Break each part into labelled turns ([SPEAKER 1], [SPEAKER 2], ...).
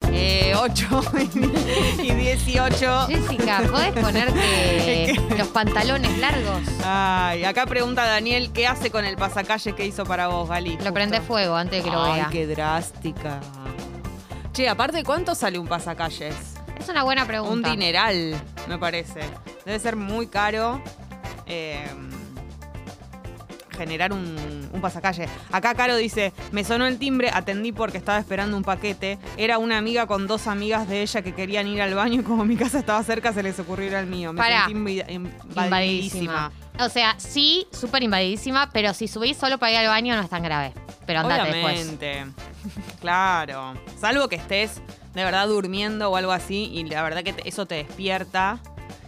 [SPEAKER 1] 8 Eh, y 18.
[SPEAKER 2] Jessica, ¿podés ponerte los pantalones largos?
[SPEAKER 1] Ay, acá pregunta Daniel, ¿qué hace con el pasacalle que hizo para vos, Gali?
[SPEAKER 2] Lo prende fuego antes de que lo
[SPEAKER 1] Ay,
[SPEAKER 2] vea.
[SPEAKER 1] qué drástica. Che, aparte, ¿cuánto sale un pasacalles?
[SPEAKER 2] Es una buena pregunta.
[SPEAKER 1] Un dineral, me parece. Debe ser muy caro eh, generar un, un pasacalle. Acá Caro dice, me sonó el timbre, atendí porque estaba esperando un paquete. Era una amiga con dos amigas de ella que querían ir al baño y como mi casa estaba cerca se les ocurrió ir al mío. Me
[SPEAKER 2] Pará.
[SPEAKER 1] sentí invi- invadidísima.
[SPEAKER 2] Invadidísima. O sea, sí, súper invadidísima, pero si subís solo para ir al baño no es tan grave. Pero andate después.
[SPEAKER 1] Obviamente. Claro. Salvo que estés de verdad durmiendo o algo así y la verdad que te- eso te despierta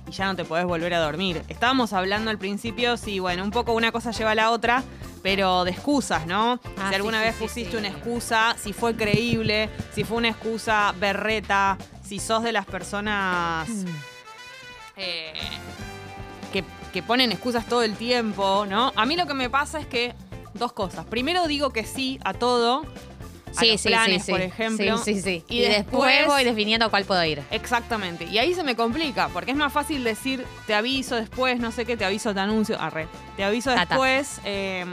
[SPEAKER 1] y ya no te podés volver a dormir. Estábamos hablando al principio, sí, bueno, un poco una cosa lleva a la otra, pero de excusas, ¿no?
[SPEAKER 2] Ah,
[SPEAKER 1] si
[SPEAKER 2] sí,
[SPEAKER 1] alguna
[SPEAKER 2] sí,
[SPEAKER 1] vez
[SPEAKER 2] sí,
[SPEAKER 1] pusiste
[SPEAKER 2] sí.
[SPEAKER 1] una excusa, si fue creíble, si fue una excusa berreta, si sos de las personas
[SPEAKER 2] Mm.
[SPEAKER 1] eh, que, que ponen excusas todo el tiempo, ¿no? A mí lo que me pasa es que dos cosas. Primero digo que sí a todo. A los planes, por ejemplo.
[SPEAKER 2] Sí, sí, sí.
[SPEAKER 1] Y
[SPEAKER 2] Y, después,
[SPEAKER 1] después-
[SPEAKER 2] voy definiendo a cuál puedo ir.
[SPEAKER 1] Exactamente. Y ahí se me complica, porque es más fácil decir te aviso después, no sé qué, te aviso, te anuncio. Arre. Te aviso
[SPEAKER 2] Tata.
[SPEAKER 1] después. eh,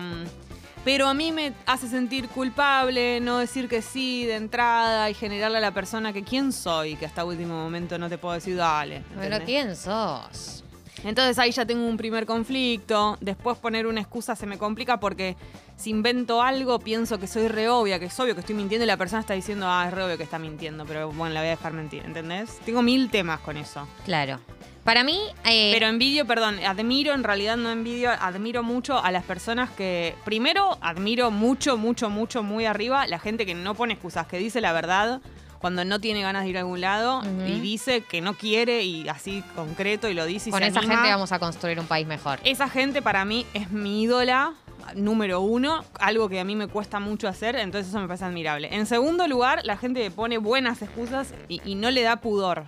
[SPEAKER 1] pero a mí me hace sentir culpable no decir que sí de entrada y generarle a la persona que quién soy, que hasta último momento no te puedo decir dale.
[SPEAKER 2] Pero
[SPEAKER 1] ¿entendés?
[SPEAKER 2] ¿quién sos?
[SPEAKER 1] Entonces ahí ya tengo un primer conflicto. Después poner una excusa se me complica porque si invento algo pienso que soy re obvia, que es obvio que estoy mintiendo y la persona está diciendo, ah, es re obvio que está mintiendo, pero bueno, la voy a dejar mentir, ¿entendés? Tengo mil temas con eso.
[SPEAKER 2] Claro. Para mí, eh,
[SPEAKER 1] Pero envidio, perdón, admiro, en realidad no envidio, admiro mucho a las personas que, primero, admiro mucho, mucho, mucho, muy arriba, la gente que no pone excusas, que dice la verdad cuando no tiene ganas de ir a algún lado
[SPEAKER 2] Ujú.
[SPEAKER 1] y dice que no quiere y así concreto y lo dice y
[SPEAKER 2] con
[SPEAKER 1] se
[SPEAKER 2] esa
[SPEAKER 1] anima. Eh.
[SPEAKER 2] gente vamos a construir un país mejor.
[SPEAKER 1] Esa gente para mí es mi ídola número uno, algo que a mí me cuesta mucho hacer, entonces eso me parece admirable. En segundo lugar, la gente que pone buenas excusas y, y no le da pudor.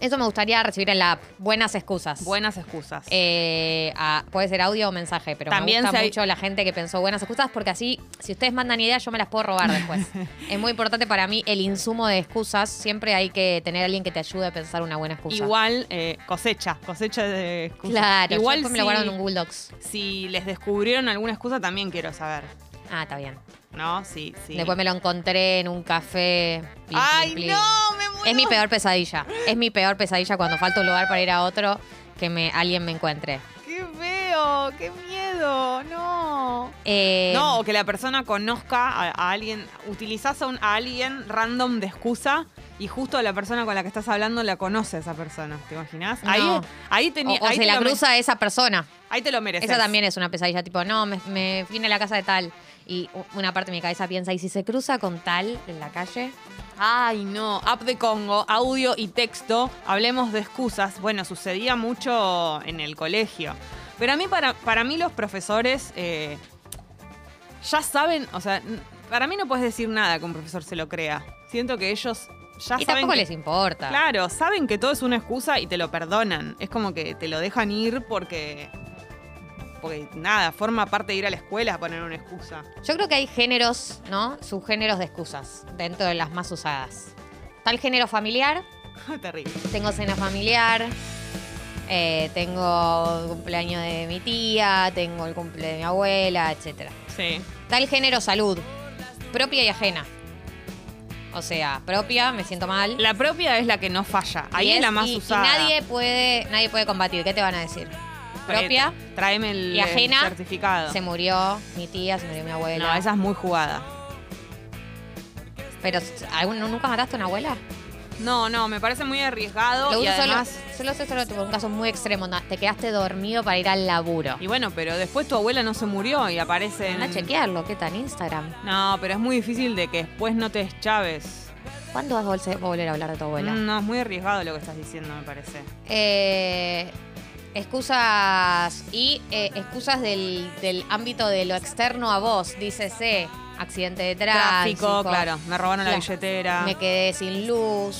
[SPEAKER 2] Eso me gustaría recibir en la app. Buenas excusas.
[SPEAKER 1] Buenas excusas.
[SPEAKER 2] Eh, a- puede ser audio o mensaje, pero
[SPEAKER 1] También
[SPEAKER 2] me
[SPEAKER 1] si
[SPEAKER 2] gusta
[SPEAKER 1] hay-
[SPEAKER 2] mucho la gente que pensó buenas excusas porque así, si ustedes mandan ideas, yo me las puedo robar después. es muy importante para mí el insumo de excusas. Siempre hay que tener a alguien que te ayude a pensar una buena excusa.
[SPEAKER 1] Igual eh, cosecha, cosecha de excusas.
[SPEAKER 2] Claro,
[SPEAKER 1] Igual
[SPEAKER 2] Igual me lo guardo en
[SPEAKER 1] si,
[SPEAKER 2] un Google Docs.
[SPEAKER 1] si les descubrieron alguna excusa también quiero saber,
[SPEAKER 2] Ah, está bien.
[SPEAKER 1] ¿no? Sí, sí.
[SPEAKER 2] Después me lo encontré en un café. Plin,
[SPEAKER 1] Ay,
[SPEAKER 2] plin, plin.
[SPEAKER 1] no, me muero.
[SPEAKER 2] Es mi peor pesadilla. Es mi peor pesadilla cuando falta un lugar para ir a otro que me, alguien me encuentre.
[SPEAKER 1] Qué feo, qué miedo, no.
[SPEAKER 2] Eh,
[SPEAKER 1] No, o que la persona conozca a, a alguien, utilizás a, un- a alguien random de excusa y justo la persona con la que estás hablando la conoce a esa persona, ¿te imaginas?
[SPEAKER 2] No.
[SPEAKER 1] Ahí, ahí tenía,
[SPEAKER 2] o, o
[SPEAKER 1] ahí,
[SPEAKER 2] se
[SPEAKER 1] te
[SPEAKER 2] la
[SPEAKER 1] lo me-
[SPEAKER 2] cruza esa persona.
[SPEAKER 1] ahí te lo mereces.
[SPEAKER 2] Esa también es una pesadilla, tipo, no, me, me vine a la casa de tal. Y u- una parte de mi cabeza piensa, ¿y si se cruza con tal en la calle?
[SPEAKER 1] Ay, no. App de Congo, audio y texto. Hablemos de excusas. Bueno, sucedía mucho en el colegio. Pero a mí, para, para mí, los profesores eh, ya saben, o sea, n- para mí no puedes decir nada que un profesor se lo crea. Siento que ellos ya
[SPEAKER 2] y
[SPEAKER 1] saben.
[SPEAKER 2] tampoco
[SPEAKER 1] que-
[SPEAKER 2] les importa.
[SPEAKER 1] Claro, saben que todo es una excusa y te lo perdonan. Es como que te lo dejan ir porque. Porque nada, forma parte de ir a la escuela a poner una excusa.
[SPEAKER 2] Yo creo que hay géneros, ¿no? Subgéneros de excusas dentro de las más usadas. Tal género familiar,
[SPEAKER 1] Terrible.
[SPEAKER 2] tengo cena familiar, eh, tengo el cumpleaños de mi tía, tengo el cumple de mi abuela, etcétera.
[SPEAKER 1] Sí.
[SPEAKER 2] Tal género salud, propia y ajena. O sea, propia, me siento mal.
[SPEAKER 1] La propia es la que no falla. Ahí
[SPEAKER 2] Y
[SPEAKER 1] es, la más
[SPEAKER 2] y- y
[SPEAKER 1] usada.
[SPEAKER 2] nadie puede, nadie puede combatir. ¿Qué te van a decir?
[SPEAKER 1] Pero,
[SPEAKER 2] Propia,
[SPEAKER 1] Tráeme el,
[SPEAKER 2] y ajena,
[SPEAKER 1] el certificado.
[SPEAKER 2] se murió mi tía, se murió mi abuela.
[SPEAKER 1] No, esa es muy jugada.
[SPEAKER 2] Pero ¿algún- nunca mataste a una abuela.
[SPEAKER 1] No, no, me parece muy arriesgado.
[SPEAKER 2] Lo
[SPEAKER 1] y
[SPEAKER 2] uso solo-
[SPEAKER 1] además.
[SPEAKER 2] solo, sé solo tipo, un caso muy extremo. onda, Te quedaste dormido para ir al laburo.
[SPEAKER 1] Y bueno, pero después tu abuela no se murió y aparece en.
[SPEAKER 2] Anda a chequearlo, ¿qué tal? Instagram.
[SPEAKER 1] No, pero es muy difícil de que después no te deschaves.
[SPEAKER 2] ¿Cuándo vas a vol- volver a hablar de tu abuela?
[SPEAKER 1] Mm, No, es muy arriesgado lo que estás diciendo, me parece.
[SPEAKER 2] Eh, excusas y eh, excusas del, del ámbito de lo externo a vos, dícese. Accidente de tráfico.
[SPEAKER 1] Tráfico, claro. Me robaron la
[SPEAKER 2] Claro.
[SPEAKER 1] billetera.
[SPEAKER 2] Me quedé sin luz.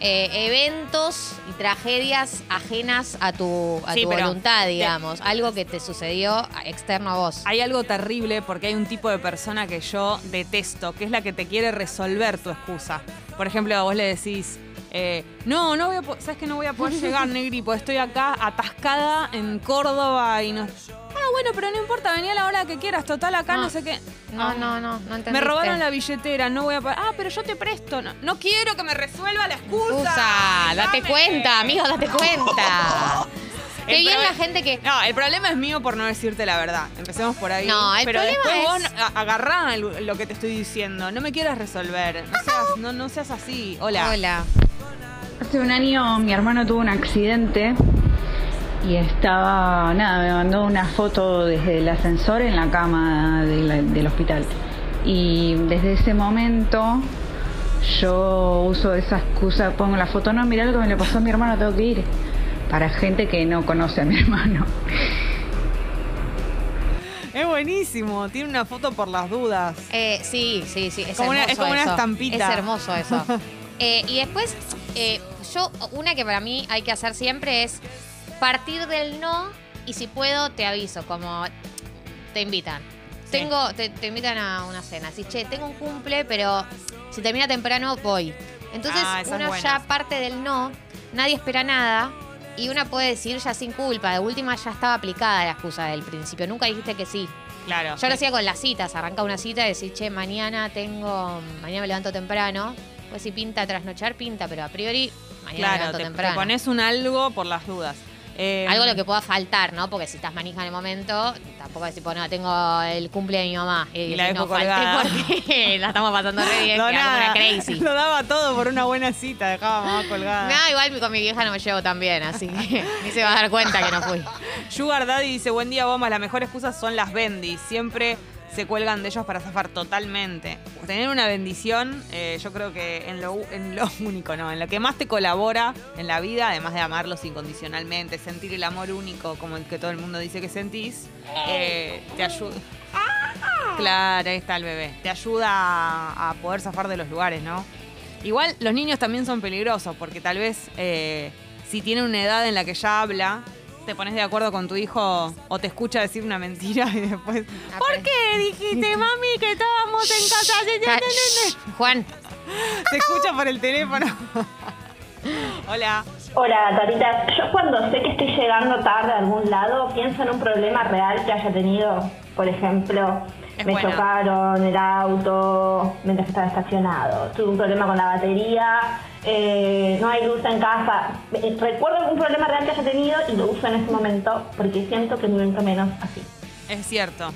[SPEAKER 2] Eh, eventos y tragedias ajenas a tu, a
[SPEAKER 1] Sí,
[SPEAKER 2] tu
[SPEAKER 1] pero
[SPEAKER 2] voluntad,
[SPEAKER 1] te-
[SPEAKER 2] digamos. Algo que te sucedió a- externo a vos.
[SPEAKER 1] Hay algo terrible porque hay un tipo de persona que yo detesto, que es la que te quiere resolver tu excusa. Por ejemplo, a vos le decís, Eh, no, no voy a po- sabes que no voy a poder llegar, Negri, porque estoy acá atascada en Córdoba y no. Ah, bueno, pero no importa, vení a la hora que quieras, total acá no,
[SPEAKER 2] No.
[SPEAKER 1] sé qué.
[SPEAKER 2] No,
[SPEAKER 1] Ah.
[SPEAKER 2] no, no, no entendiste.
[SPEAKER 1] Me robaron la billetera, no voy a pagar. Ah, pero yo te presto. No, no quiero que me resuelva la excusa.
[SPEAKER 2] Usa,
[SPEAKER 1] Dame.
[SPEAKER 2] date cuenta, amigo, date cuenta. Qué
[SPEAKER 1] El
[SPEAKER 2] bien la
[SPEAKER 1] proble-
[SPEAKER 2] gente que.
[SPEAKER 1] No, el problema es mío por no decirte la verdad. Empecemos por ahí.
[SPEAKER 2] No, el
[SPEAKER 1] pero
[SPEAKER 2] problema
[SPEAKER 1] después
[SPEAKER 2] es-
[SPEAKER 1] vos a- agarrá el- lo que te estoy diciendo. No me quieras resolver. No seas, no, no seas así. Hola.
[SPEAKER 2] Hola.
[SPEAKER 3] Hace un año mi hermano tuvo un accidente y estaba, nada, me mandó una foto desde el ascensor en la cama de la- del hospital. Y desde ese momento yo uso esa excusa, pongo la foto, no, mirá lo que me le pasó a mi hermano, tengo que ir. Para gente que no conoce a mi hermano.
[SPEAKER 1] Es buenísimo. Tiene una foto por las dudas.
[SPEAKER 2] Eh, sí, sí, sí. Es
[SPEAKER 1] Como una-
[SPEAKER 2] hermoso
[SPEAKER 1] es como una
[SPEAKER 2] eso.
[SPEAKER 1] estampita.
[SPEAKER 2] Es hermoso eso. Eh, y después, eh, yo, una que para mí hay que hacer siempre es partir del no y si puedo te aviso, como te invitan. Tengo, te, te invitan a una cena. Si che, tengo un cumple, pero si termina temprano voy. Entonces
[SPEAKER 1] Ah, esa es
[SPEAKER 2] uno
[SPEAKER 1] buena.
[SPEAKER 2] ya parte del no, nadie espera nada y una puede decir ya sin culpa. De última ya estaba aplicada la excusa del principio. Nunca dijiste que sí.
[SPEAKER 1] Claro.
[SPEAKER 2] Yo lo hacía con las citas, arranca una cita y decís, che, mañana tengo, mañana me levanto temprano. Pues si pinta trasnochar, pinta, pero a priori mañana me
[SPEAKER 1] Claro,
[SPEAKER 2] levanto
[SPEAKER 1] te, te
[SPEAKER 2] temprano.
[SPEAKER 1] pones un algo por las dudas. Eh,
[SPEAKER 2] Algo lo que pueda faltar, ¿no? Porque si estás manija en el momento, tampoco decís, pues no, tengo el cumple de mi mamá. Y,
[SPEAKER 1] Y la
[SPEAKER 2] decís,
[SPEAKER 1] dejo
[SPEAKER 2] no, falté
[SPEAKER 1] colgada.
[SPEAKER 2] porque la estamos pasando re bien, que hago
[SPEAKER 1] donaba-
[SPEAKER 2] una crazy.
[SPEAKER 1] Lo daba todo por una buena cita. Dejaba a mamá colgada.
[SPEAKER 2] No, igual con mi vieja no me llevo tan bien, así que ni se va a dar cuenta que no fui.
[SPEAKER 1] Sugar Daddy dice, buen día, bombas, las mejores excusas son las bendis. Siempre se cuelgan de ellos para zafar totalmente. Tener una bendición, eh, yo creo que en lo, u- en lo único, no, en lo que más te colabora en la vida, además de amarlos incondicionalmente, sentir el amor único como el que todo el mundo dice que sentís, eh, te ayuda... Claro, ahí está el bebé. Te ayuda a, a poder zafar de los lugares, ¿no? Igual los niños también son peligrosos porque tal vez eh, si tienen una edad en la que ya habla, te pones de acuerdo con tu hijo o te escucha decir una mentira y después...
[SPEAKER 2] Ah,
[SPEAKER 1] ¿Por
[SPEAKER 2] pero-
[SPEAKER 1] qué dijiste, mami, que estábamos en casa? Se-
[SPEAKER 2] Ca-
[SPEAKER 1] se-
[SPEAKER 2] Shh, Juan,
[SPEAKER 1] Se escucha por el teléfono. Hola.
[SPEAKER 4] Hola, Tatita. Yo cuando sé que estoy llegando tarde a algún lado, pienso en un problema real que haya tenido. Por ejemplo,
[SPEAKER 1] Es
[SPEAKER 4] me
[SPEAKER 1] buena.
[SPEAKER 4] chocaron el auto mientras estaba estacionado. Tuve un problema con la batería. eh, no hay luz en casa. Eh, Recuerdo un problema real que haya tenido y lo uso en ese momento porque siento que me invento menos así.
[SPEAKER 1] Es cierto.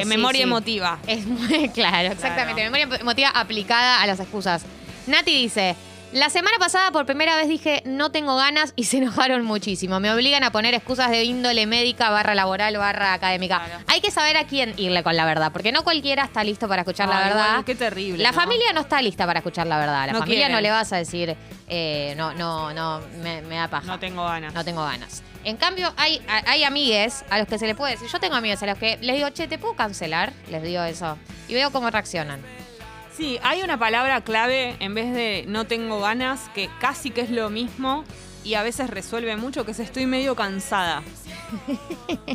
[SPEAKER 1] Eh,
[SPEAKER 2] sí,
[SPEAKER 1] memoria
[SPEAKER 2] sí.
[SPEAKER 1] emotiva.
[SPEAKER 2] Es muy claro, exactamente.
[SPEAKER 1] Claro.
[SPEAKER 2] Memoria emotiva aplicada a las excusas. Nati dice. La semana pasada por primera vez dije no tengo ganas y se enojaron muchísimo. Me obligan a poner excusas de índole médica, barra laboral, barra académica.
[SPEAKER 1] Claro.
[SPEAKER 2] Hay que saber a quién irle con la verdad, porque no cualquiera está listo para escuchar la
[SPEAKER 1] Ay,
[SPEAKER 2] verdad.
[SPEAKER 1] bueno, qué terrible,
[SPEAKER 2] La
[SPEAKER 1] ¿no?
[SPEAKER 2] familia no está lista para escuchar la verdad. La
[SPEAKER 1] No
[SPEAKER 2] familia no
[SPEAKER 1] quieren.
[SPEAKER 2] le vas a decir eh, no, no, no, me, me da paja
[SPEAKER 1] No tengo ganas.
[SPEAKER 2] no tengo ganas. En cambio, hay, a- hay amigues a los que se les puede decir, yo tengo amigues a los que les digo, che, ¿te puedo cancelar? Les digo eso. Y veo cómo reaccionan.
[SPEAKER 1] Sí, hay una palabra clave en vez de no tengo ganas, que casi que es lo mismo y a veces resuelve mucho, que es estoy medio cansada.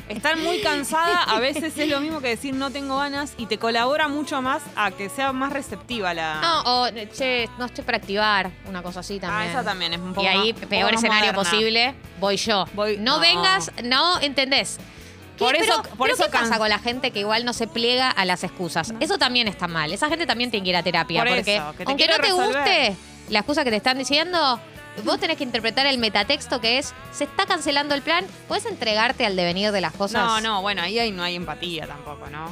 [SPEAKER 1] Estar muy cansada a veces es lo mismo que decir no tengo ganas y te colabora mucho más a que sea más receptiva la...
[SPEAKER 2] No, o, che, no estoy para activar, una cosa así también.
[SPEAKER 1] Ah, esa también es un poco
[SPEAKER 2] Y ahí,
[SPEAKER 1] más- un
[SPEAKER 2] peor
[SPEAKER 1] poco más
[SPEAKER 2] escenario
[SPEAKER 1] moderna.
[SPEAKER 2] posible, voy yo.
[SPEAKER 1] Voy-
[SPEAKER 2] no,
[SPEAKER 1] no.
[SPEAKER 2] vengas, no entendés. ¿Qué?
[SPEAKER 1] Por eso-
[SPEAKER 2] Pero-
[SPEAKER 1] por
[SPEAKER 2] pero
[SPEAKER 1] eso
[SPEAKER 2] ¿qué pasa
[SPEAKER 1] can-
[SPEAKER 2] con la gente que igual no se pliega a las excusas? Eso también está mal. Esa gente también tiene que ir a terapia.
[SPEAKER 1] Por
[SPEAKER 2] porque
[SPEAKER 1] eso, que te
[SPEAKER 2] aunque no
[SPEAKER 1] quiere
[SPEAKER 2] te
[SPEAKER 1] resolver.
[SPEAKER 2] guste la excusa que te están diciendo, vos tenés que interpretar el metatexto que es, se está cancelando el plan, puedes entregarte al devenir de las cosas.
[SPEAKER 1] No, no, bueno, ahí, ahí no hay empatía tampoco, ¿no?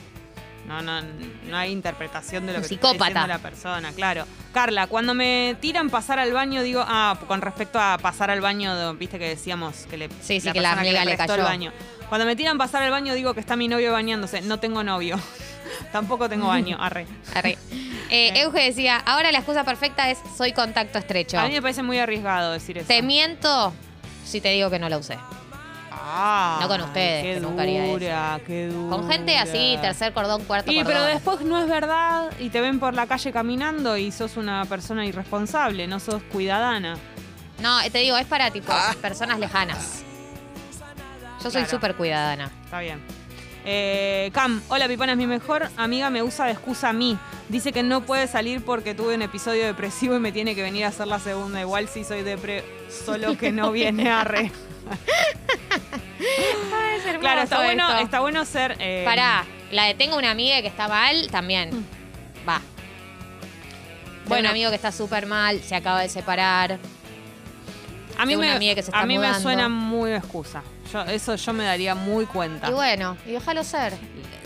[SPEAKER 1] No, no, no hay interpretación de lo
[SPEAKER 2] Un
[SPEAKER 1] que te está
[SPEAKER 2] psicópata.
[SPEAKER 1] diciendo la persona, claro. Carla, cuando me tiran pasar al baño, digo, ah, con respecto a pasar al baño, viste que decíamos que le
[SPEAKER 2] Sí, sí, que la
[SPEAKER 1] persona
[SPEAKER 2] amiga le
[SPEAKER 1] prestó el
[SPEAKER 2] cayó.
[SPEAKER 1] baño. Cuando me tiran pasar al baño, digo que está mi novio bañándose. No tengo novio. Tampoco tengo baño, arre.
[SPEAKER 2] Arre. Eh, Euge decía, ahora la excusa perfecta es soy contacto estrecho.
[SPEAKER 1] A mí me parece muy arriesgado decir eso.
[SPEAKER 2] Te miento si te digo que no la usé.
[SPEAKER 1] Ah,
[SPEAKER 2] No con ustedes,
[SPEAKER 1] qué
[SPEAKER 2] que nunca haría eso.
[SPEAKER 1] dura, qué dura.
[SPEAKER 2] Con gente así, tercer cordón, cuarto
[SPEAKER 1] Y
[SPEAKER 2] cordón.
[SPEAKER 1] pero después no es verdad y te ven por la calle caminando y sos una persona irresponsable, no sos cuidadana.
[SPEAKER 2] No, te digo, es para tipo personas lejanas. Yo soy
[SPEAKER 1] Ah. Claro.
[SPEAKER 2] súper cuidadana.
[SPEAKER 1] Está bien. Eh, Cam, hola Pipona es mi mejor amiga, me usa de excusa a mí. Dice que no puede salir porque tuve un episodio depresivo y me tiene que venir a hacer la segunda. Igual sí soy depre, solo que no viene a re.
[SPEAKER 2] Ay, es hermoso
[SPEAKER 1] Claro, está bueno,
[SPEAKER 2] esto.
[SPEAKER 1] está bueno ser. eh,
[SPEAKER 2] Pará, la de tengo una amiga que está mal, también. Va. Bueno,
[SPEAKER 1] Mm. Bueno.
[SPEAKER 2] un amigo que está súper mal, se acaba de separar.
[SPEAKER 1] A mí,
[SPEAKER 2] tengo una
[SPEAKER 1] me,
[SPEAKER 2] amiga que se está
[SPEAKER 1] a mí me
[SPEAKER 2] mudando.
[SPEAKER 1] suena muy excusa. Yo, eso yo me daría muy cuenta.
[SPEAKER 2] Y bueno, y déjalo ser.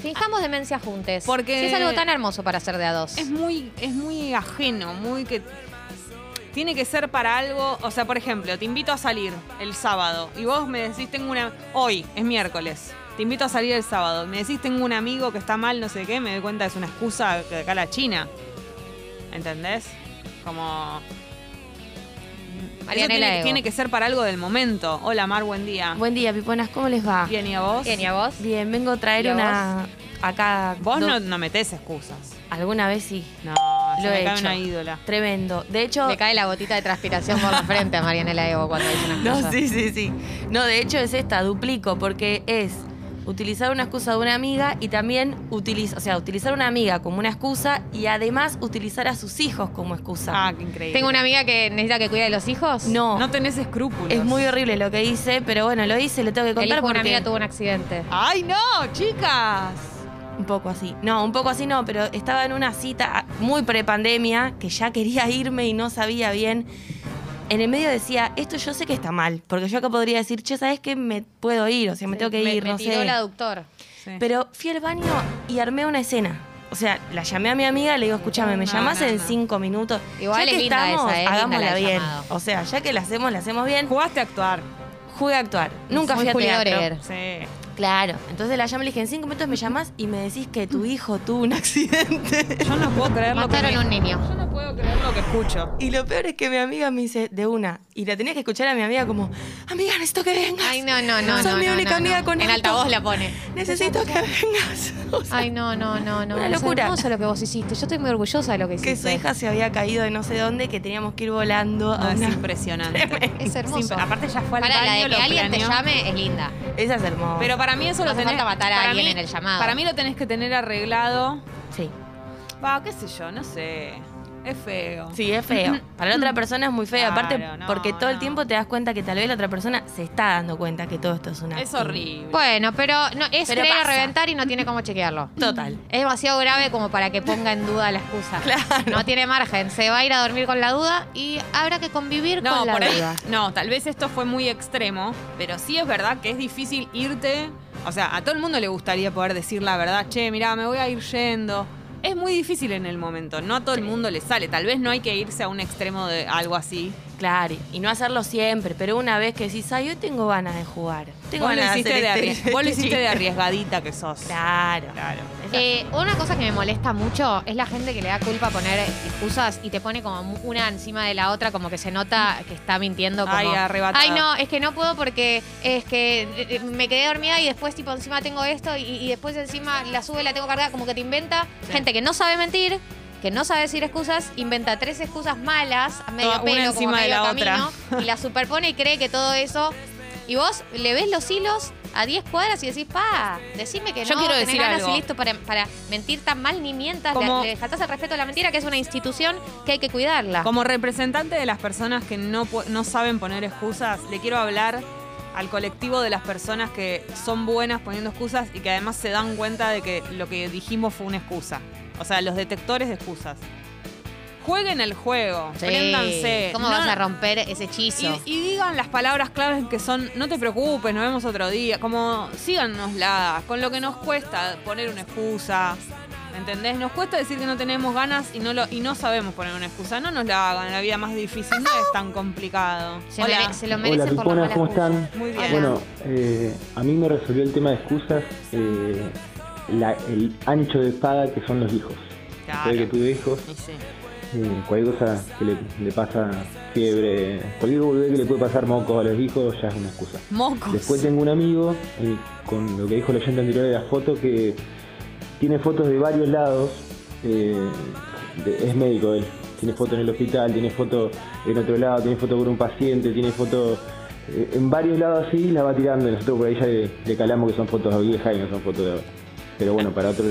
[SPEAKER 2] Fijamos demencia juntes.
[SPEAKER 1] Porque-
[SPEAKER 2] Si es algo tan hermoso para hacer de a dos.
[SPEAKER 1] Es muy, es muy ajeno, muy que. Tiene que ser para algo. O sea, por ejemplo, te invito a salir el sábado y vos me decís, tengo una. Hoy, es miércoles. Te invito a salir el sábado. Me decís, tengo un amigo que está mal, no sé qué. Me doy cuenta, es una excusa que acá la China. ¿Entendés? Como. Eso
[SPEAKER 2] Marianela
[SPEAKER 1] tiene,
[SPEAKER 2] Ego.
[SPEAKER 1] tiene que ser para algo del momento. Hola, Mar, buen día.
[SPEAKER 5] Ah. Buen día, Piponas, ¿cómo les va?
[SPEAKER 1] Bien, ¿y a vos?
[SPEAKER 2] Bien, ¿y a vos?
[SPEAKER 5] Bien, vengo a traer
[SPEAKER 2] ¿Y a
[SPEAKER 5] una. Acá.
[SPEAKER 1] Vos
[SPEAKER 5] do-
[SPEAKER 1] no, no metés excusas.
[SPEAKER 5] Alguna vez sí.
[SPEAKER 1] No,
[SPEAKER 5] Lo
[SPEAKER 1] se me
[SPEAKER 5] he
[SPEAKER 1] cae
[SPEAKER 5] hecho.
[SPEAKER 1] una ídola.
[SPEAKER 5] Tremendo. De hecho.
[SPEAKER 2] Le cae la gotita de transpiración por la frente a Marianela Evo cuando dice unas
[SPEAKER 5] No,
[SPEAKER 2] cosas.
[SPEAKER 5] sí, sí, sí. No, de hecho es esta, duplico, porque es utilizar una excusa de una amiga y también utilizar, o sea, utilizar una amiga como una excusa y además utilizar a sus hijos como excusa.
[SPEAKER 1] Ah, qué increíble.
[SPEAKER 2] Tengo una amiga que necesita que cuide de los hijos.
[SPEAKER 5] no,
[SPEAKER 1] No tenés escrúpulos.
[SPEAKER 5] es muy horrible lo que hice, pero bueno, lo hice, lo tengo que
[SPEAKER 2] El hijo
[SPEAKER 5] contar
[SPEAKER 2] de
[SPEAKER 5] porque
[SPEAKER 2] una amiga tuvo un accidente.
[SPEAKER 1] ¡Ay, no, chicas!
[SPEAKER 5] un poco así. No, un poco así no, pero estaba en una cita muy prepandemia que ya quería irme y no sabía bien. En el medio decía, esto yo sé que está mal, porque yo acá podría decir, che, ¿sabes qué? Me puedo ir, o sea, me tengo que ir,
[SPEAKER 2] me
[SPEAKER 5] no
[SPEAKER 2] tiró
[SPEAKER 5] sé.
[SPEAKER 2] el aductor.
[SPEAKER 1] Sí.
[SPEAKER 5] Pero fui al baño y armé una escena. O sea, la llamé a mi amiga y le digo, escúchame, ¿me
[SPEAKER 1] No,
[SPEAKER 5] llamás
[SPEAKER 1] no,
[SPEAKER 5] en
[SPEAKER 1] no.
[SPEAKER 5] cinco minutos?
[SPEAKER 2] Igual
[SPEAKER 5] ya
[SPEAKER 2] es
[SPEAKER 5] que
[SPEAKER 2] linda
[SPEAKER 5] estamos,
[SPEAKER 2] esa, eh, linda
[SPEAKER 5] hagámosla
[SPEAKER 2] la del
[SPEAKER 5] bien.
[SPEAKER 2] llamado.
[SPEAKER 5] O sea, ya que la hacemos, la hacemos bien.
[SPEAKER 1] Jugaste a actuar.
[SPEAKER 5] Jugué a actuar. Nunca
[SPEAKER 2] Muy
[SPEAKER 5] fui a
[SPEAKER 2] Julio
[SPEAKER 5] teatro.
[SPEAKER 2] Oreger.
[SPEAKER 1] Sí.
[SPEAKER 5] Claro. Entonces la llamo y le dije, en cinco minutos me llamás y me decís que tu hijo tuvo un accidente.
[SPEAKER 1] Yo no puedo creer lo que.
[SPEAKER 2] Mataron
[SPEAKER 1] me-
[SPEAKER 2] un niño.
[SPEAKER 1] Yo no puedo creer lo que escucho.
[SPEAKER 5] Y lo peor es que mi amiga me dice, de una. Y la tenía que escuchar a mi amiga como, amiga, necesito que vengas.
[SPEAKER 2] Ay, no, no, no.
[SPEAKER 5] Sos
[SPEAKER 2] no,
[SPEAKER 5] mi
[SPEAKER 2] no,
[SPEAKER 5] única
[SPEAKER 2] no,
[SPEAKER 5] amiga
[SPEAKER 2] no.
[SPEAKER 5] con
[SPEAKER 2] En
[SPEAKER 5] auto.
[SPEAKER 2] altavoz la Ah, pone.
[SPEAKER 5] Necesito que vengas. O sea,
[SPEAKER 2] Ay, no, no, no, no.
[SPEAKER 5] Una
[SPEAKER 2] Es
[SPEAKER 5] locura.
[SPEAKER 2] hermoso lo que vos hiciste. Yo estoy muy orgullosa de lo que hiciste.
[SPEAKER 5] que su hija se había caído de no sé dónde, que teníamos que ir volando
[SPEAKER 1] No,
[SPEAKER 5] a
[SPEAKER 1] es
[SPEAKER 5] una
[SPEAKER 1] impresionante.
[SPEAKER 2] Es hermoso.
[SPEAKER 1] Sí, aparte ya fue al
[SPEAKER 2] Para la
[SPEAKER 1] baño,
[SPEAKER 2] de que
[SPEAKER 1] lo
[SPEAKER 2] alguien te
[SPEAKER 1] planeó.
[SPEAKER 2] llame es linda.
[SPEAKER 5] Esa es hermosa.
[SPEAKER 1] Pero para mí eso
[SPEAKER 2] No
[SPEAKER 1] lo
[SPEAKER 2] hace
[SPEAKER 1] tenés
[SPEAKER 2] falta matar a
[SPEAKER 1] para
[SPEAKER 2] alguien
[SPEAKER 1] mí-
[SPEAKER 2] en el llamado.
[SPEAKER 1] Para mí lo tenés que tener arreglado.
[SPEAKER 5] sí.
[SPEAKER 1] Va, qué sé yo, no sé. Es feo.
[SPEAKER 5] Sí, es feo. Para la otra persona es muy
[SPEAKER 1] Claro,
[SPEAKER 5] feo. Aparte,
[SPEAKER 1] no,
[SPEAKER 5] porque todo el
[SPEAKER 1] no.
[SPEAKER 5] tiempo te das cuenta que tal vez la otra persona se está dando cuenta que todo esto es una.
[SPEAKER 1] Es horrible.
[SPEAKER 2] Bueno, pero no, es
[SPEAKER 5] Pero
[SPEAKER 2] creer a
[SPEAKER 5] pasa.
[SPEAKER 2] reventar y no tiene cómo chequearlo.
[SPEAKER 5] Total.
[SPEAKER 2] Es demasiado grave como para que ponga en duda la excusa.
[SPEAKER 5] Claro.
[SPEAKER 2] No tiene margen. Se va a ir a dormir con la duda y habrá que convivir
[SPEAKER 1] No,
[SPEAKER 2] con la
[SPEAKER 1] por ahí-
[SPEAKER 2] duda.
[SPEAKER 1] no, tal vez esto fue muy extremo, pero sí es verdad que es difícil irte. O sea, a todo el mundo le gustaría poder decir la verdad, che, mirá, me voy a ir yendo. Es muy difícil en el momento, no a todo el mundo le sale. Tal vez no hay que irse a un extremo de algo así.
[SPEAKER 5] Claro, y no hacerlo siempre, pero una vez que decís, ay, yo tengo ganas de jugar. Tengo
[SPEAKER 1] Vos lo,
[SPEAKER 5] ganas de
[SPEAKER 1] hiciste
[SPEAKER 5] hacer
[SPEAKER 1] de
[SPEAKER 5] este-
[SPEAKER 1] arries- vos lo hiciste de arriesgadita que sos.
[SPEAKER 5] Claro.
[SPEAKER 1] Claro.
[SPEAKER 5] Esa-
[SPEAKER 2] Eh, una cosa que me molesta mucho es la gente que le da culpa poner excusas y te pone como mu- una encima de la otra, como que se nota que está mintiendo. Como,
[SPEAKER 1] Ay, arrebatada.
[SPEAKER 2] Ay, no, es que no puedo porque es que eh, eh, me quedé dormida y después, tipo, encima tengo esto y, y después encima la sube y la tengo cargada, como que te inventa. Gente que no sabe mentir, que no sabe decir excusas, inventa tres excusas malas, a medio
[SPEAKER 1] Toda- una
[SPEAKER 2] pelo, como
[SPEAKER 1] encima
[SPEAKER 2] medio
[SPEAKER 1] de la
[SPEAKER 2] camino, y la superpone y cree que todo eso. Y vos le ves los hilos a 10 cuadras y decís, pa, decime que
[SPEAKER 1] Yo
[SPEAKER 2] no,
[SPEAKER 1] quiero
[SPEAKER 2] tenés
[SPEAKER 1] decir
[SPEAKER 2] ganas
[SPEAKER 1] algo.
[SPEAKER 2] y listo para, para mentir tan mal ni mientas,
[SPEAKER 1] Como-
[SPEAKER 2] le, le faltás el respeto a la mentira, que es una institución que hay que cuidarla.
[SPEAKER 1] Como representante de las personas que no, pu- no saben poner excusas, le quiero hablar al colectivo de las personas que son buenas poniendo excusas y que además se dan cuenta de que lo que dijimos fue una excusa. O sea, los detectores de excusas. Jueguen el juego,
[SPEAKER 2] Sí.
[SPEAKER 1] préndanse.
[SPEAKER 2] ¿Cómo
[SPEAKER 1] No-
[SPEAKER 2] vas a romper ese hechizo?
[SPEAKER 1] y, y digan las palabras claves que son, no te preocupes, nos vemos otro día. Como, síganosla, con lo que nos cuesta poner una excusa. ¿Entendés? Nos cuesta decir que no tenemos ganas y no lo y no sabemos poner una excusa. No nos la hagan, la vida más difícil no es tan complicado.
[SPEAKER 2] se,
[SPEAKER 1] Hola.
[SPEAKER 2] mere- se lo
[SPEAKER 6] Hola,
[SPEAKER 2] merecen por la
[SPEAKER 6] Piponas,
[SPEAKER 2] mala
[SPEAKER 6] ¿cómo
[SPEAKER 2] excusa.
[SPEAKER 6] están?
[SPEAKER 1] Muy bien.
[SPEAKER 6] Bueno, eh, a mí me resolvió el tema de excusas eh, la- el ancho de espada que son los hijos.
[SPEAKER 1] Claro.
[SPEAKER 6] Después de que tuve hijos,
[SPEAKER 1] Y sí.
[SPEAKER 6] eh, cualquier cosa que le, le pasa fiebre, cualquier boludez que le puede pasar moco a los hijos ya es una excusa.
[SPEAKER 1] Mocos.
[SPEAKER 6] Después tengo un amigo, eh, con lo que dijo el oyente anterior de la foto, que tiene fotos de varios lados. eh, de- es médico él. Tiene foto en el hospital, tiene foto en otro lado, tiene foto con un paciente, tiene foto eh, en varios lados así y la va tirando. Nosotros por ahí ya le, le calamos que son fotos viejas y no son fotos de ahora. Pero bueno, para otro,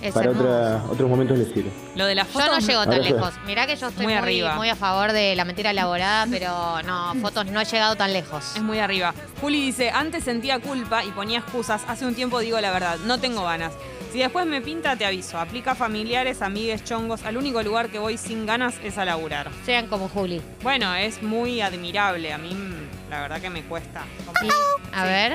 [SPEAKER 2] Es
[SPEAKER 6] para
[SPEAKER 2] hermoso.
[SPEAKER 6] otra- otros momentos les sirve.
[SPEAKER 1] Lo de las
[SPEAKER 2] Yo no
[SPEAKER 1] fotos.
[SPEAKER 2] llego tan
[SPEAKER 6] Ahora sí.
[SPEAKER 2] lejos. Mirá que yo estoy
[SPEAKER 1] Muy
[SPEAKER 2] muy,
[SPEAKER 1] arriba. Mm.
[SPEAKER 2] muy a favor de la mentira elaborada, pero no, fotos no he llegado tan lejos.
[SPEAKER 1] Es muy arriba. Juli dice, antes sentía culpa y ponía excusas. Hace un tiempo digo la verdad, no tengo ganas. Si después me pinta, te aviso. Aplica a familiares, amigues, chongos. Al único lugar que voy sin ganas es a laburar.
[SPEAKER 2] Sean como Juli.
[SPEAKER 1] Bueno, es muy admirable. A mí, mm, la verdad que me cuesta.
[SPEAKER 2] Sí. A ver.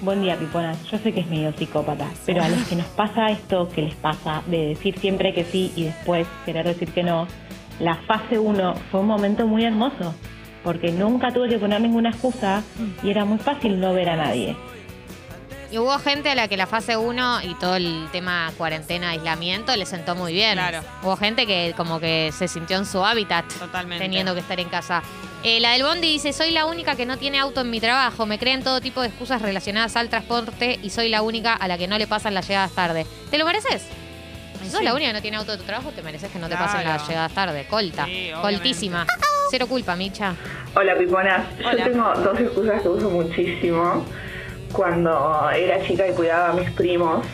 [SPEAKER 7] Buen día, Pipona. Yo sé que es medio psicópata, pero a los que nos pasa esto que les pasa de decir siempre que sí y después querer decir que no, la fase 1 fue un momento muy hermoso, porque nunca tuve que poner ninguna excusa y era muy fácil no ver a nadie.
[SPEAKER 2] Y hubo gente a la que la fase 1 y todo el tema cuarentena, aislamiento, le sentó muy bien.
[SPEAKER 1] Claro.
[SPEAKER 2] Hubo gente que como que se sintió en su hábitat
[SPEAKER 1] Totalmente.
[SPEAKER 2] teniendo que estar en casa. Eh, la del Bondi dice, soy la única que no tiene auto en mi trabajo. Me crean todo tipo de excusas relacionadas al transporte y soy la única a la que no le pasan las llegadas tarde. ¿Te lo mereces? Si sos la única que no tiene auto de tu trabajo, te mereces que no te pasen
[SPEAKER 1] Claro.
[SPEAKER 2] las llegadas tarde. Colta.
[SPEAKER 1] Sí, obviamente.
[SPEAKER 2] Coltísima. Cero culpa, Micha.
[SPEAKER 8] Hola Piponas,
[SPEAKER 1] Hola.
[SPEAKER 8] yo tengo dos excusas que uso muchísimo. Cuando era chica y cuidaba a mis primos,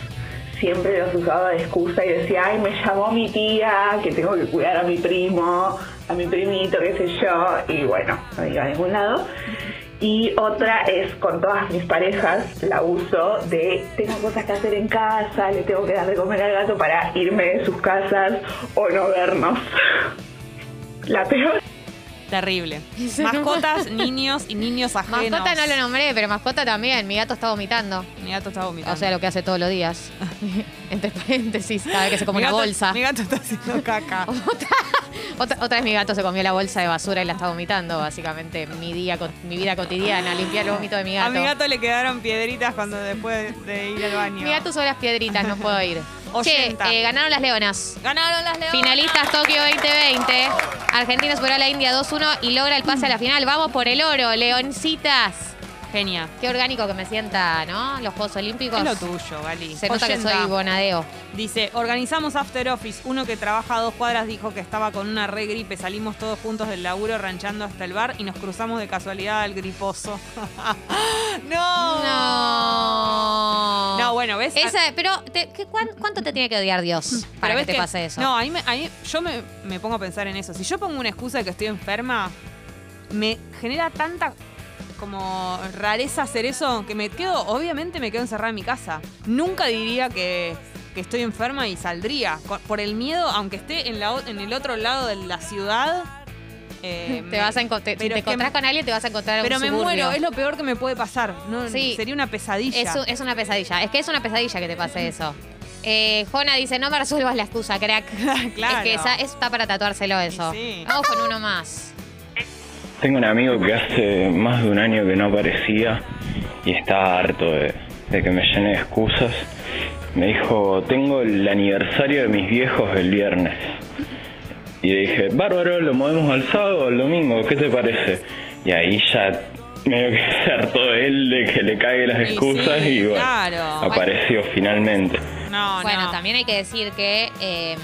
[SPEAKER 8] siempre los usaba de excusa y decía, ay, me llamó mi tía, que tengo que cuidar a mi primo, a mi primito, qué sé yo, y bueno, no iba a ningún lado. Y otra es con todas mis parejas, la uso de tengo cosas que hacer en casa, le tengo que dar de comer al gato para irme de sus casas o no vernos. La peor
[SPEAKER 1] Terrible.
[SPEAKER 2] Eso no-
[SPEAKER 1] Mascotas, niños y niños ajenos.
[SPEAKER 2] Mascota no lo nombré, pero mascota también. Mi gato está vomitando.
[SPEAKER 1] Mi gato está vomitando.
[SPEAKER 2] O sea, lo que hace todos los días. Entre paréntesis, cada vez que se come
[SPEAKER 1] Mi
[SPEAKER 2] una
[SPEAKER 1] gato-
[SPEAKER 2] bolsa.
[SPEAKER 1] Mi gato está haciendo caca.
[SPEAKER 2] Otra, otra vez mi gato se comió la bolsa de basura y la está vomitando, básicamente. Mi día, co- mi vida cotidiana, limpiar el vómito de mi
[SPEAKER 1] A
[SPEAKER 2] gato.
[SPEAKER 1] mi gato le quedaron piedritas cuando después de ir al baño.
[SPEAKER 2] Mi gato son las piedritas, no puedo ir. che,
[SPEAKER 1] Oyenta.
[SPEAKER 2] eh, ganaron las leonas.
[SPEAKER 1] Ganaron las leonas.
[SPEAKER 2] Finalistas Tokio 2020. Argentina supera a la India 2-1 y logra el pase a la final. Vamos por el oro, leoncitas.
[SPEAKER 1] Genia.
[SPEAKER 2] Qué orgánico que me sienta, ¿no? Los Juegos Olímpicos.
[SPEAKER 1] Es lo tuyo, Gali.
[SPEAKER 2] Se nota que
[SPEAKER 1] Oyenta.
[SPEAKER 2] soy bonadeo.
[SPEAKER 1] Dice, organizamos After Office. Uno que trabaja a dos cuadras dijo que estaba con una re gripe. Salimos todos juntos del laburo ranchando hasta el bar y nos cruzamos de casualidad al griposo. no.
[SPEAKER 2] No.
[SPEAKER 1] No, bueno, ¿ves?
[SPEAKER 2] Esa, pero, te- ¿qué- cuán- ¿cuánto te tiene que odiar Dios para
[SPEAKER 1] Pero ves
[SPEAKER 2] que te pase eso?
[SPEAKER 1] No, ahí, me- ahí- yo me, me pongo a pensar en eso. Si yo pongo una excusa de que estoy enferma, me genera tanta como rareza hacer eso que me quedo, obviamente me quedo encerrada en mi casa. Nunca diría que, que estoy enferma y saldría. Co- Por el miedo, aunque esté en, la, o- en el otro lado de la ciudad. eh,
[SPEAKER 2] te
[SPEAKER 1] me-
[SPEAKER 2] vas a enco- te, si
[SPEAKER 1] pero
[SPEAKER 2] te
[SPEAKER 1] es que-
[SPEAKER 2] encontrás con alguien, te vas a encontrar en
[SPEAKER 1] Pero
[SPEAKER 2] un
[SPEAKER 1] me
[SPEAKER 2] suburbio.
[SPEAKER 1] muero, es lo peor que me puede pasar. No,
[SPEAKER 2] Sí.
[SPEAKER 1] Sería una pesadilla.
[SPEAKER 2] Es, un- es una pesadilla. Es que es una pesadilla que te pase eso. Eh, Jona dice, no me resuelvas la excusa, crack.
[SPEAKER 1] Claro.
[SPEAKER 2] Es que esa, eso está para tatuárselo eso.
[SPEAKER 1] sí.
[SPEAKER 2] Vamos con uno más.
[SPEAKER 9] Tengo un amigo que hace más de un año que no aparecía y está harto de, de que me llene de excusas. Me dijo, tengo el aniversario de mis viejos el viernes. Y le dije, bárbaro, lo movemos al sábado o al domingo, ¿qué te parece? Y ahí ya medio que se hartó de él de que le caigan las
[SPEAKER 1] Y
[SPEAKER 9] excusas
[SPEAKER 1] sí,
[SPEAKER 9] y bueno,
[SPEAKER 1] claro.
[SPEAKER 9] apareció finalmente.
[SPEAKER 1] No,
[SPEAKER 2] bueno,
[SPEAKER 1] Oh, no.
[SPEAKER 2] también hay que decir que eh,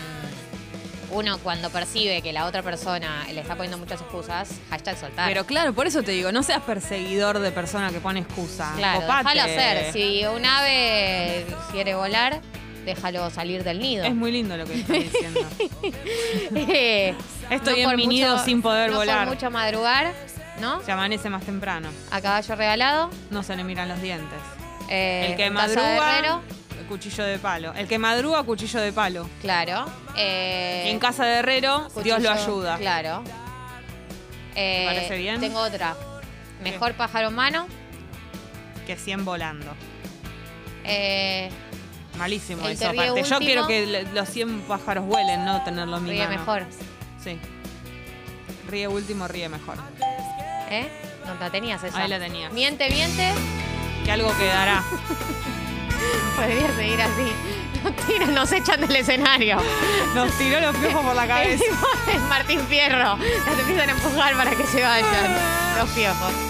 [SPEAKER 2] uno cuando percibe que la otra persona le está poniendo muchas excusas, hashtag soltar.
[SPEAKER 1] Pero claro, por eso te digo, no seas perseguidor de persona que pone excusa.
[SPEAKER 2] Claro,
[SPEAKER 1] Copate.
[SPEAKER 2] déjalo hacer. Si un ave quiere volar, déjalo salir del nido.
[SPEAKER 1] Es muy lindo lo que estás diciendo. Estoy
[SPEAKER 2] por
[SPEAKER 1] en mi
[SPEAKER 2] mucho-
[SPEAKER 1] nido sin poder
[SPEAKER 2] no
[SPEAKER 1] volar.
[SPEAKER 2] por mucho madrugar, ¿no?
[SPEAKER 1] Se amanece más temprano.
[SPEAKER 2] A caballo regalado.
[SPEAKER 1] No se le miran los dientes.
[SPEAKER 2] eh,
[SPEAKER 1] El que
[SPEAKER 2] en casa de
[SPEAKER 1] madruga,
[SPEAKER 2] herrero,
[SPEAKER 1] cuchillo de palo. El que madruga, cuchillo de palo.
[SPEAKER 2] claro. eh,
[SPEAKER 1] Y en casa de herrero, Dios lo
[SPEAKER 2] cuchillo,
[SPEAKER 1] ayuda.
[SPEAKER 2] Claro. Eh,
[SPEAKER 1] parece bien?
[SPEAKER 2] Tengo otra. Mejor pájaro en mano.
[SPEAKER 1] Que 100 volando.
[SPEAKER 2] eh,
[SPEAKER 1] Malísimo
[SPEAKER 2] El
[SPEAKER 1] eso.
[SPEAKER 2] te ríe
[SPEAKER 1] Aparte, yo
[SPEAKER 2] último.
[SPEAKER 1] quiero que le- los 100 pájaros vuelen, no tenerlo en mi
[SPEAKER 2] ríe
[SPEAKER 1] mano.
[SPEAKER 2] mejor.
[SPEAKER 1] Sí. Ríe último, ríe mejor.
[SPEAKER 2] ¿Eh? No la tenías esa.
[SPEAKER 1] Ahí la tenía.
[SPEAKER 2] Miente, miente.
[SPEAKER 1] Que algo quedará.
[SPEAKER 2] Podría seguir así. Nos tiran, nos echan del escenario.
[SPEAKER 1] Nos tiró los piojos por la
[SPEAKER 2] El
[SPEAKER 1] cabeza. Ah.
[SPEAKER 2] tipo es Martín Fierro. Las empiezan a empujar para que se vayan. Los piojos.